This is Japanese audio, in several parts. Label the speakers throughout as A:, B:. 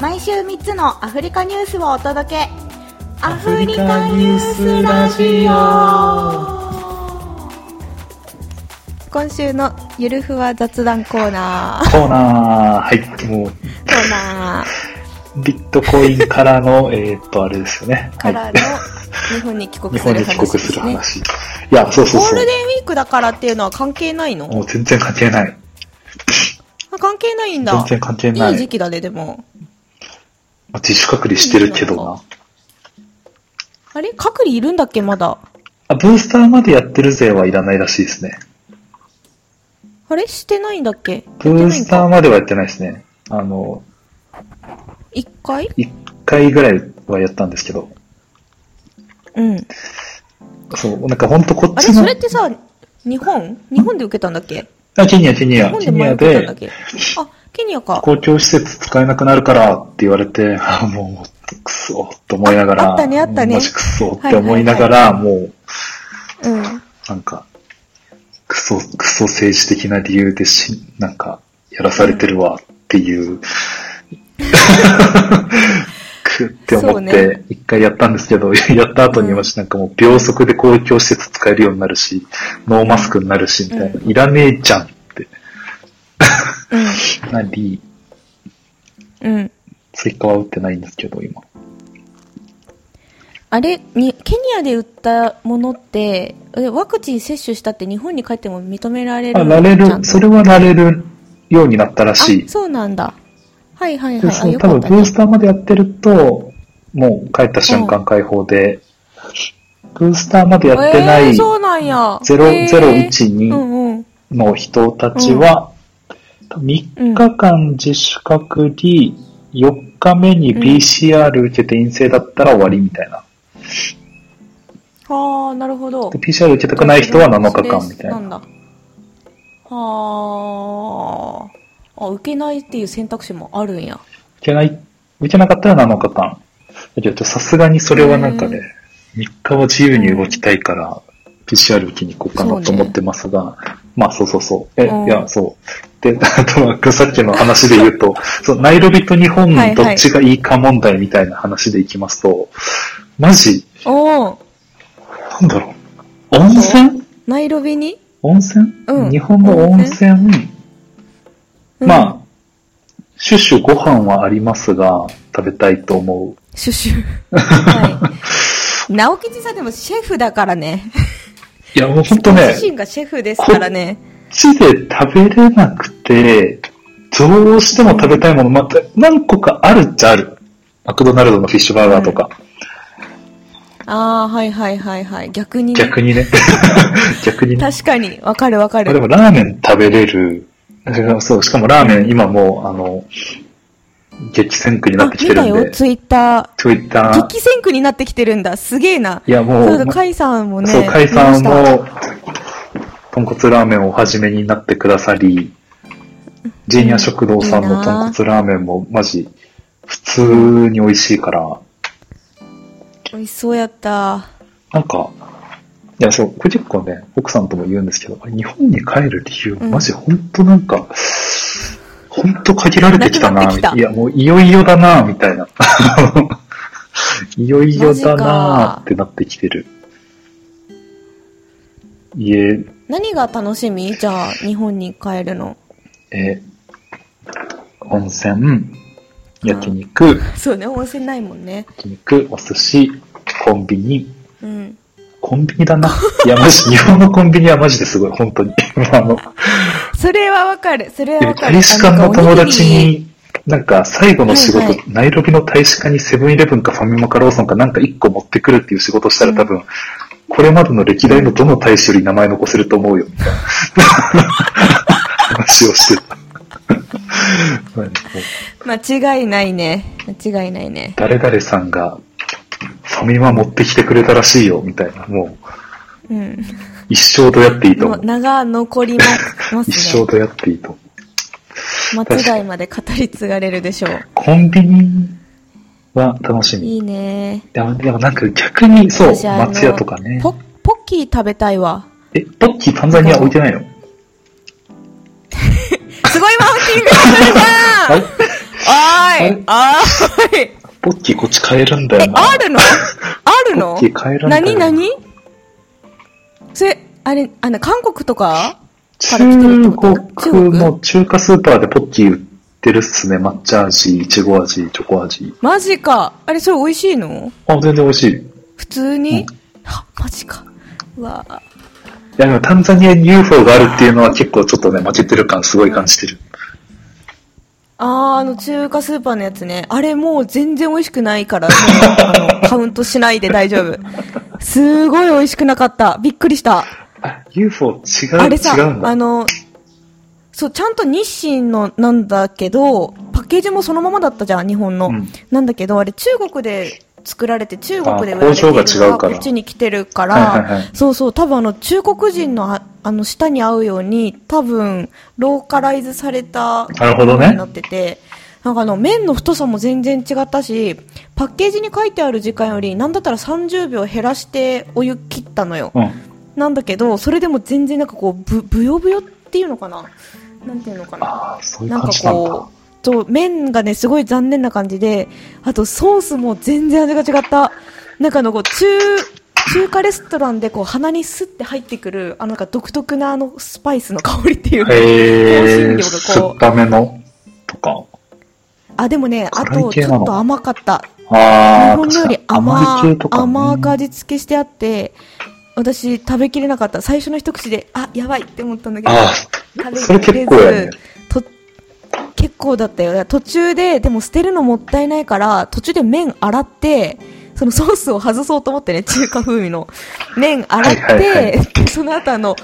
A: 毎週3つのアフリカニュースをお届けア
B: フリカニュースラジオ
A: 今週のゆるふわ雑談コーナー
B: コーナー、はい、もう、
A: コーナー
B: ビットコインか らの、えーっと、あれですよね。
A: か
B: は
A: ら
B: い
A: の日本に帰国
B: 日
A: す
B: 本
A: る
B: に帰
A: 話
B: 国
A: ですす
B: る
A: ね
B: 話。いや、そうそう
A: ゴー
B: そ
A: ルデ
B: う。
A: ンウィークだからっていうのは関係ないの
B: もう全然関係ない。
A: あ関係ないんだ
B: 全然関係ないい
A: い時期だねでも
B: まあ自主隔離してるけど
A: いいの
B: な。
A: あれ隔離いるんだっけまだ
B: あ、ブースターまでやってる勢はいらないらしいですね。
A: あれしてないんだっけ
B: ブースタ
A: やってないんか
B: ーまではやってないですね。あの、
A: 一回
B: 1回ぐらいはやったんですけど。
A: うん。
B: そう、なんかほんとこっ
A: あ
B: ち
A: れ、
B: の
A: それ、ってさ、日本日本で受けたんだっけ
B: あ、ケニア、ケニ
A: 日
B: ア、
A: 本
B: ケ
A: で
B: ニ
A: 前
B: ア
A: 受けたんだ
B: で
A: っ、けあ、ケニアか。
B: 公共施設使えなくなるからって言われて、あもう、くそーって思いながら、
A: ああったねあったね
B: マジくそーって思いながら、もう、
A: うん。
B: なんか、クソ、クソ政治的な理由でし、なんか、やらされてるわっていう、 くって思
A: そう
B: っ
A: ね
B: て、一回やったんですけど、 やった後に
A: うん
B: もし、なんかもう秒速で公共施設使えるようになるし、ノーマスクになるし、みたいな、いらねえじゃんってなり、
A: うん。うん。
B: 追加は打ってないんですけど、今。
A: あれに、ケニアで売ったものって、えワクチン接種したって日本に帰っても認められる
B: あ、なれ
A: ちゃん
B: る、
A: と
B: それはなれるようになったらしい
A: あ、。そうなんだ。はいはい
B: で
A: はい。あ
B: そう
A: よ
B: 多
A: か
B: 分
A: っ
B: ブ
A: た
B: ー
A: ね
B: ス。ターまでやってると、もう帰った瞬間解放で、ブースターまでやってな
A: え
B: い
A: ー、そうなんや。へーう
B: 0012
A: んうん。
B: の人たちは、3日間自主隔離、4日目に
A: うん
B: PCR 受けて陰性だったら終わりみたいな。
A: はあ、なるほど
B: で。PCR 受けたくない人は7日間み
A: そ
B: た
A: れ
B: い
A: な
B: な。
A: んだ。はあ。あ、受けないっていう選択肢もあるんや。
B: 受けない、受けなかったら7日間。だけど、さすがにそれはなんかね、3日は自由に動きたいから、PCR 受けに行こうか
A: そう
B: な
A: ね
B: と思ってますが、まあそうそうそう。え、
A: うん
B: いや、そう。で、 あとはさっきの話で言う と、そうナイロビと日本
A: はいはい
B: どっちがいいか問題みたいな話でいきますと、マジ、
A: おお。
B: なんだろう、温泉
A: ナイロビに、
B: 温泉、
A: うん
B: 日本の温泉、
A: うん
B: まあ、シュッシュご飯はありますが、食べたいと思う。
A: シュシュ。 はい。直吉さんでもシェフだからね。
B: いや、もうほんとね、
A: 自身がシェフですからね。
B: 地で食べれなくて、どうしても食べたいもの、また何個かあるっちゃある。マクドナルドのフィッシュバーガーとか、
A: ああ、はいはいはいはい。逆に、ね。
B: 逆 にね。逆にね。
A: 確かに、わかるわか
B: あで
A: る。
B: もラーメン食べれる。そう、しかもラーメン、今もう、あの、激戦区にな
A: あ
B: って、きて
A: 見
B: る
A: た
B: ん
A: よ、
B: で、
A: ツイッタ
B: Twitter
A: ー。、激戦区になってきてるんだ。すげえな。
B: いやもう
A: そうだ、カイさんもね。
B: そう、カイさん
A: 見ました。
B: も、豚骨ラーメンをお始めになってくださり、ジェンヤ食堂さんの豚骨ラーメンも、マジ、普通に美味しいから、
A: 美味しそうやった。
B: なんか、いや、そう、これ結構ね、奥さんとも言うんですけど、あれ日本に帰る理由、
A: うん
B: マジ本当なんか、本当限られてきた
A: なく
B: な、
A: なってきた
B: いや、もういよいよだな、みたいな。 いよいよ
A: マ
B: だ
A: ジか
B: なってなってきてる。家、
A: 何が楽しみじゃあ、日本に帰るの。
B: えー温泉、焼肉、
A: そうね、温泉ないもんね。
B: 焼肉、お寿司、コンビニ、
A: うん。
B: コンビニだな。いや、マジ、日本のコンビニはマジですごい、本当に。 あの、そ
A: それはわかる。それはわかる。
B: 大使館の友達に、なんか最後の仕事、
A: はいはい
B: ナイロビの大使館にセブンイレブンかファミマかローソンかなんか1個持ってくるっていう仕事したら多分、これまでの歴代のどの大使より名前残せると思うよ、みたいな 話をしてた。なんかこう
A: 間違いないね。間違いないね。
B: 誰々さんがファミマ持ってきてくれたらしいよ、みたいな。もう、
A: うん。
B: 一生とやっていいと
A: も
B: 思
A: う
B: う。
A: 名が残りますね。
B: 一生とやっていいと思う。
A: 松代まで語り継がれるでしょう。
B: コンビニは楽しみ。
A: いいね。
B: でも、でもなんか逆に、そう、
A: 私あの
B: 松屋とかね。
A: ポッ、ポッキー食べたい わ。
B: え、ポッキータンザニア置いてないの
A: すごいマウンティングしてくるじゃん
B: はい
A: おい。あーい。
B: ポッキーこっち買えるんだ
A: え
B: よ、な。
A: あるのあるの
B: ポッキー買えるんだよな
A: 何何それ、あれ、あの、韓国とか
B: 中
A: から来てるってこと
B: 国の中華スーパーでポッキー売ってるっすね。抹茶味、いちご味、チョコ味。
A: マジか。あれ、それ美味しいの
B: あ、全然美味しい。い
A: 普通に、
B: う
A: あ、マジか。うわあ
B: や、でもタンザニアに UFO があるっていうのは結構ちょっとね、負けてる感すごい感じてる。
A: あー、あの、中華スーパーのやつね。あれ、もう全然美味しくないから、もう あの、カウントしないで大丈夫。すごい美味しくなかった。びっくりした。
B: あ、UFO 違う、
A: あれ
B: 違う
A: さ
B: ん、だ。
A: あの、そう、ちゃんと日清のなんだけど、パッケージもそのままだったじゃん、日本の。
B: うん
A: なんだけど、あれ中国で作られて、中国で売ら
B: あ
A: れてい
B: 工場
A: る
B: が違う
A: のが
B: か
A: こ
B: ら
A: っちに来てるから、
B: はいはいはい
A: そうそう、多分あの、中国人のああの、舌に合うように、多分、ローカライズされた、
B: なるほどね
A: になってて、なんかあの、麺の太さも全然違ったし、パッケージに書いてある時間より、なんだったら30秒減らしてお湯切ったのよ。
B: うん。
A: なんだけど、それでも全然なんかこう、ぶ、ぶよぶよっていうのかななんていうのかな
B: ああ、そういう
A: なん
B: 感
A: か
B: じなんだ
A: こ。う、そう、麺がね、すごい残念な感じで、あとソースも全然味が違った。なんかあの、こう、中、中華レストランでこう、鼻にスッて入ってくる、あのなんか独特なあの、スパイスの香りっていうか。
B: へ
A: 香辛料
B: え、
A: が
B: 酸
A: こ
B: っ
A: う
B: ぱめのとか。
A: あ、でもね、あ
B: 辛い
A: と、ち
B: 系なの
A: ょっと甘かった。
B: ああ、
A: 日本のより甘
B: い系とかね
A: 甘く味付けしてあって、私食べきれなかった。最初の一口で、あ、やばいって思ったんだけど。
B: ああ、それ結構やね。
A: と結構だったよ途中ででも捨てるのもったいないから途中で麺洗ってそのソースを外そうと思ってね 中華風味の麺洗って、
B: はいはいは
A: でその後あのお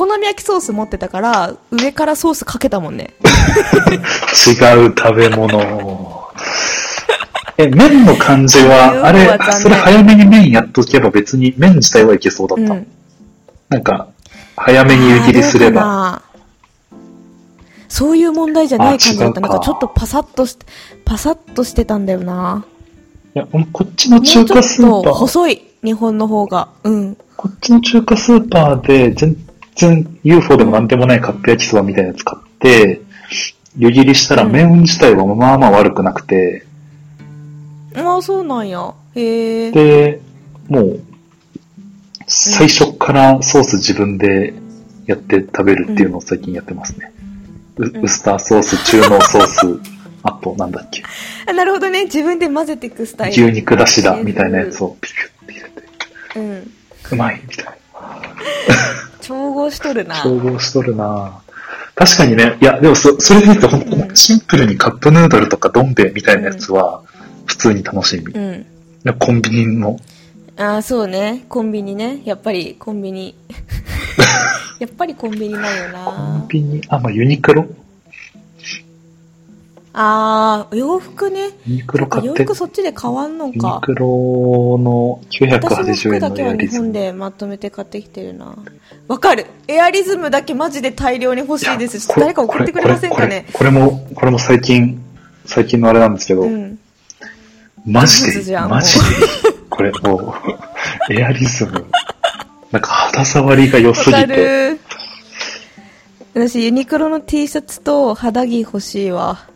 A: 好み焼きソース持ってたから上からソースかけたもんね
B: 違う食べ物。え、麺の感じは、あ
A: 言う
B: れ
A: のは残、念
B: それ早めに麺やっとけば別に麺自体はいけそうだ
A: う
B: った。
A: ん
B: なんか、早めに湯切りすれば。
A: あどうかなそういう問題じゃない感じだった
B: あ違う
A: な
B: か
A: んかちょっとパサッとしてパサッとしてたんだよない
B: や、こっちの
A: もうちょ
B: 中
A: っ
B: 華スー
A: と
B: パー、
A: 細い日本の方がうん
B: こっちの中華スーパーで全然 UFO でもなんでもないカップ焼きそばみたいなやつ買って、湯切りしたら
A: うん
B: 麺自体はまあまあ悪くなくて、
A: ああそうなんやへえ
B: で、もう、最初からソース自分でやって食べるっていうのを最近やってますね。うウスターソース、中濃ソー ス、あとなんだっけ、
A: あなるほどね自分で混ぜていくスタイル
B: 牛肉だしだみたいなやつをピクって入れて、
A: うん
B: うまいみたい
A: 調合しとる
B: な。
A: な
B: 調合しとるなぁ確かにね、いや、でもそそれで言うと、ほん
A: うん
B: シンプルにカップヌードルとかどん兵衛みたいなやつは、普通に楽しみ。
A: うん
B: コンビニの、
A: ああそうねコンビニねやっぱりコンビ ニやっぱりコンビニなんよ
B: コン
A: な
B: ビニ、あ、まあユニクロ
A: あー洋服ね
B: ユニクロ
A: そっか
B: 買
A: 洋
B: って
A: 服そっちで買わんの
B: ユニ
A: か
B: クロの
A: 私の
B: 980
A: 服
B: 円
A: だけ
B: のエア
A: は
B: リ
A: 日
B: ズ
A: 本
B: ム。
A: でまとめて買ってきてるなわかるエアリズムだけマジで大量に欲しいですちょっと誰か送ってくれませんかね
B: これこれこれも、これも最近、最近のあれなんですけど、
A: うん
B: マジ
A: ジャズじ
B: で、
A: ゃん
B: マジで、これも う、エアリズム、なんか肌触りが良
A: わ
B: すぎ
A: か
B: て、
A: る私ユニクロの T シャツと肌着欲しいわ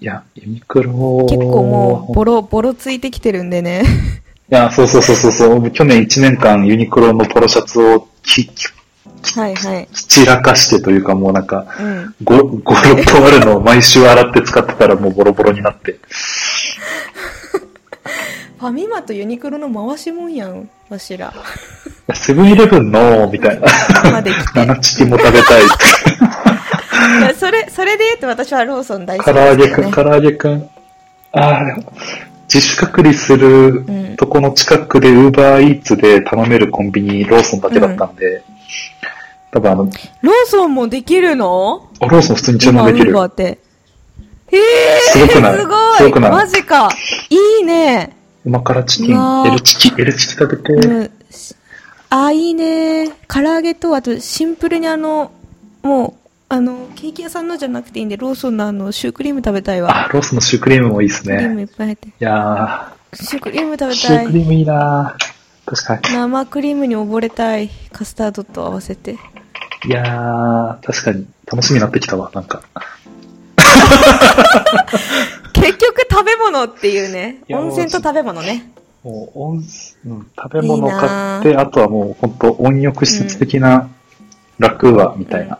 B: いや、ユニクロ
A: 結構もうボロボロついてきてるんでね
B: いや、そうそうそうそうそう、去年1年間ユニクロのポロシャツをき、き
A: はいはい
B: 散らかしてというかもうなんか、
A: うん
B: 5、5、6個あるのを毎週洗って使ってたらもうボロボロになって。
A: ファミマとユニクロの回しもんやんわし ら
B: セブンイレブンの、みたいな。
A: まで 来て
B: 七チキも食べたい。
A: いやそれそれで言うと私はローソン大好き
B: 唐揚げ
A: です
B: く
A: け
B: ん、
A: どね
B: 唐揚げくん。ああ、でも、自主隔離する
A: ん
B: とこの近くで、ウーバーイーツで頼めるコンビニ、ローソンだけだったんで、多分あの、
A: ローソンもできるの
B: あローソン普通に注
A: 今
B: 文
A: ウ
B: でき
A: ー
B: る。
A: バーってえー、
B: すごくない
A: すごい
B: すごくない
A: マジかいいね
B: 旨辛チキ
A: うわ
B: ン、
A: ー
B: L チキ、L チキ食べて、
A: うん、しあいいね唐揚げとあとシンプルにあのもうあのケーキ屋さんのじゃなくていいんでローソンのあのシュークリーム食べたいわ
B: あ、ローソンのシュークリームもいいです
A: シュークリーム
B: ね。
A: いっぱい入って
B: いや
A: シュークリーム食
B: ー、
A: べ
B: シュ
A: た
B: ークリ
A: い
B: ームいいなー確かに。
A: 生クリームに溺れたいカスタードと合わせて
B: いやー、確かに楽しみになってきたわ、なんか。
A: 結食べ物っていうね。
B: いや
A: 温泉と食べ物ね。
B: もう温泉、うん食べ物買って、あとはもう本当温浴施設的な楽は、みたいな、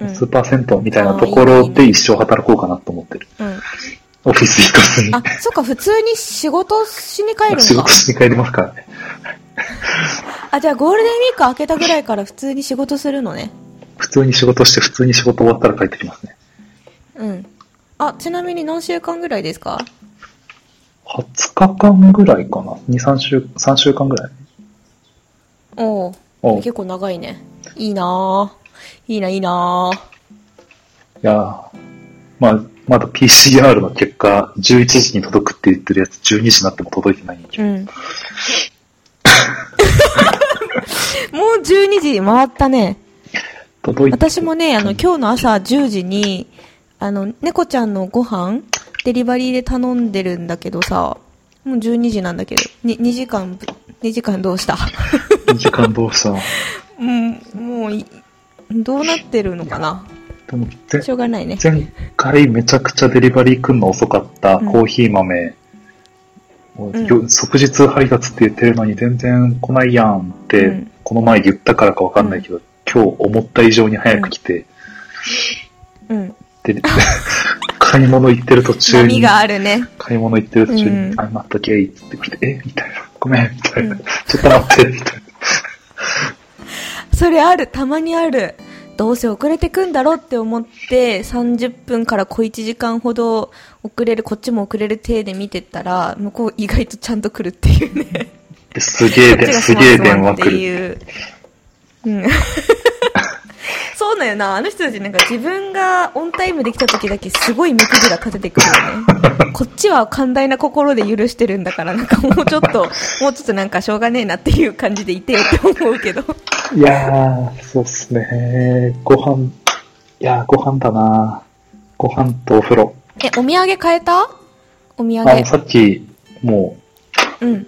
A: うん。
B: スーパー銭湯みたいなところで一生働こうかなと思ってる。
A: うん。
B: オフィス行かずに
A: あ、そっか、普通に仕事しに帰る
B: 仕
A: のか
B: 事。しに帰りますからね。
A: あ、じゃあゴールデンウィーク明けたぐらいから普通に仕事するのね。
B: 普通に仕事して、普通に仕事終わったら帰ってきますね。
A: うん。あ、ちなみに何週間ぐらいですか
B: 20日間ぐらいかな ?2、3週、3週間ぐらい
A: おう
B: おう
A: 結構長いね。いいなぁ。いいな、いいなぁ。
B: いやーまあ、まだ PCR の結果、11時に届くって言ってるやつ、12時になっても届いてないんだけ
A: う
B: ど、
A: ん。 もう12時回ったね。
B: 届いて、
A: 私もね、あの、今日の朝10時に、あの、猫ちゃんのご飯、デリバリーで頼んでるんだけどさ、もう12時なんだけど、に2時間、2時間どうした
B: 時間ど うしたの
A: うん、もうい、どうなってるのかな
B: でも、ぜ
A: しょうがないね。
B: 前回めちゃくちゃデリバリー来んの遅かった
A: うん
B: コーヒー豆、
A: ん
B: よ即日配達って言ってるのに全然来ないやんって、
A: うん
B: この前言ったからかわかんないけど、今日思った以上に早く来て、
A: うん。
B: で 買い物行ってる途中
A: 波
B: に、
A: があるね。
B: 買い物行ってる途中に、
A: うん
B: あ、待っとけいっつってくれて、えみたいな。ごめん、みたい
A: う
B: な。
A: ん
B: ちょっと待って、みたいな。
A: それある、たまにある。どうせ遅れてくんだろうって思って、30分から小1時間ほど遅れる、こっちも遅れる体で見てたら、向こう意外とちゃんと来るっていうね。
B: ですげえ
A: こっちが
B: で、す
A: すまん
B: げえ
A: すまん
B: 電話
A: って
B: 来る。
A: いう。 うん。そうだよな。あの人たちなんか自分がオンタイムできた時だけすごい目くじら立ててくるよね。こっちは寛大な心で許してるんだから、なんかもうちょっと、もうちょっとなんかしょうがねえなっていう感じでいてよって思うけど。
B: いやー、そうっすね。ご飯、いやー、ご飯だなご飯とお風呂。
A: え、お土産買えたお土
B: あ
A: 産
B: の、。さっき、も
A: うん。
B: う、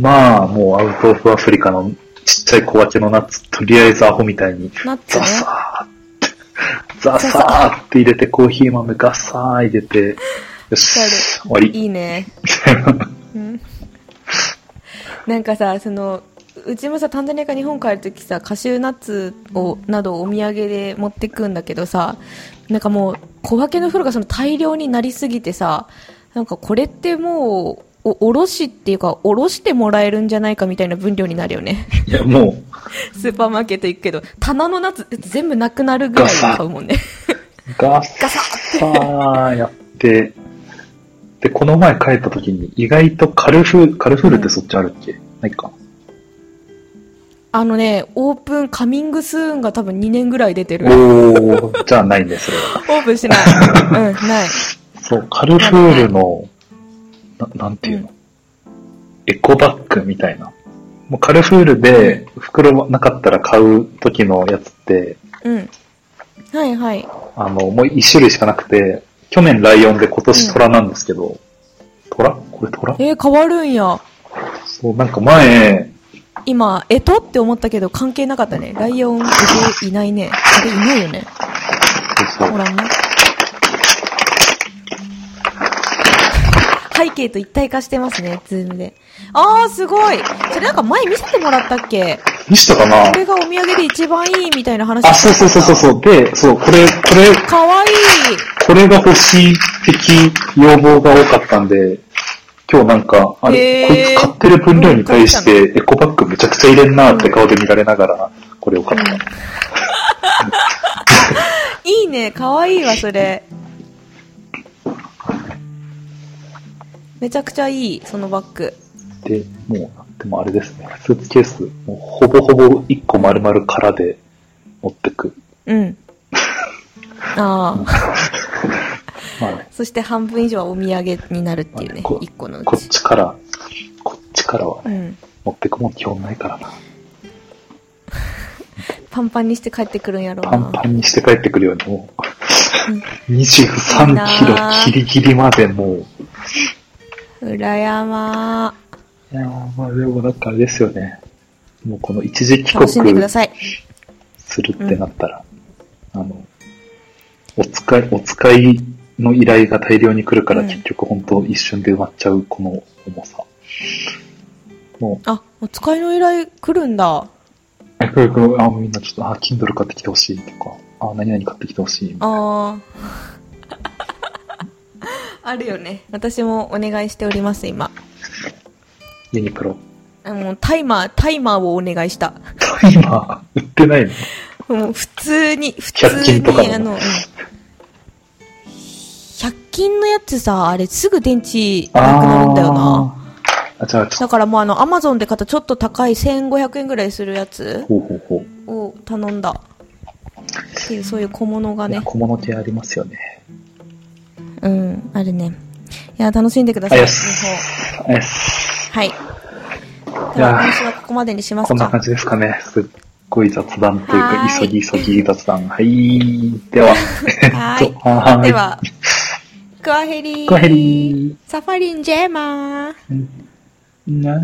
B: まあ、もうアウトオブアフリカのちっちゃい小分けのナッツ、とりあえずアホみたいに、
A: ナッツ
B: ザ
A: ね。
B: サーって、ザサーって入れて、コーヒー豆ガサー入れて、よし、終わり。
A: いいね。うんなんかさそのうちもさタンザニアから日本帰るときさカシューナッツをなどをお土産で持ってくんだけどさなんかもう小分けの袋がその大量になりすぎてさなんかこれってもうおおろしっていうかおろしてもらえるんじゃないかみたいな分量になるよね
B: いや、も
A: スーパーマーケット行くけど棚のナッツ全部なくなるぐらい買うもんね
B: う、ガサーやって、で、この前帰った時に、意外とカルフール、カルフールってそっちあるっけ、ないか。
A: あのねオープンカミングスーンが多分2年ぐらい出て
B: お
A: る
B: ー、じゃあないね、それは。
A: オープンし ないうんない
B: そう、カルフールの、ななんていうの、エコバッグみたいな。もうカルフールで袋なかったら買う時のやつって、
A: うんはいはい
B: あの、もう一種類しかなくて、去年ライオンで今年虎なんですけど、虎これ虎
A: えー、変わるんや。
B: そう、なんか前、
A: 今、えとって思ったけど関係なかったね。ライオン、えといないね。あれ、いないよね。
B: そうそ
A: お
B: う
A: らんね。背景と一体化してますね、ズームで。あー、すごいそれなんか前見せてもらったっけ
B: 見したか
A: これが
B: な
A: お土産で一番いいみたいな話。
B: あ、そうそうそうそうそう。で、そう、これ、これ、
A: う。かわいい
B: これが欲しい的要望が多かったんで、今日なんか、あれ、
A: へー
B: こいつ買ってる分量に対して、エコバッグめちゃくちゃ入れんなーって顔で見られながら、これを買った。
A: いいね、かわいいわ、それ。めちゃくちゃいい、そのバッグ。
B: で、もう、でもあれですね、スーツケース、もうほぼほぼ1個丸々空で持ってく。
A: うん。ああ。
B: まあね、
A: そして半分以上はお土産になるっていうね、
B: こ
A: 一個のう
B: こっ
A: ち。
B: ちから、こっちからは
A: う
B: ね、
A: ん。
B: 持ってくもん基本ないからな。
A: パンパンにして帰ってくるんやろう
B: パンパ
A: な。
B: ンにして帰ってくるように、も う、23キロギリギリまでもう、
A: うらやま
B: いやーまあでもなんかあれですよね。もうこの一時帰
A: ー。
B: 国
A: 楽
B: す
A: しんでください。
B: るってなったら、あの、お使い、お使いの依頼が大量に来るから
A: うん
B: 結局本当一瞬で埋まっちゃうこの重さの、
A: あ、お使いの依頼来るんだ。
B: え、くるくる、あ、みんなちょっと、あ、Kindle 買ってきてほしいとか、あ、何々買ってきてほしいみたいな。
A: ああ。あるよね。私もお願いしております、今。
B: ユニクロ。
A: あの、タイマー、タイマーをお願いした。
B: タイマー売ってないの
A: もう普通に、普
B: 100
A: 通
B: 均とか
A: に、
B: の
A: あの、うん100均のやつさ、あれすぐ電池なくなるんだよな。
B: あーあ、じゃあ、ちょ
A: だ
B: っ
A: からもうあの、アマゾンで買ったちょっと高い1500円ぐらいするやつ
B: と、ほうほうほう。
A: を頼んだ。っていう、そういう小物が
B: いや
A: ね。
B: 小物系ありますよね。
A: うん、あるね。いや、楽しんでくだ
B: あ
A: さい。
B: や
A: 日本
B: す。あやす。
A: はい。
B: い
A: では、
B: やー
A: 今週はここまでにします
B: こんな
A: か
B: 感。じですかね。すっごい雑談という
A: は
B: か、
A: ー
B: 急
A: い
B: ぎ急ぎ雑談。はい。では、
A: は
B: え
A: ー
B: っとはー
A: い。では、クワヘリー。
B: クワヘリー
A: サファリンジェーマー。
B: うんない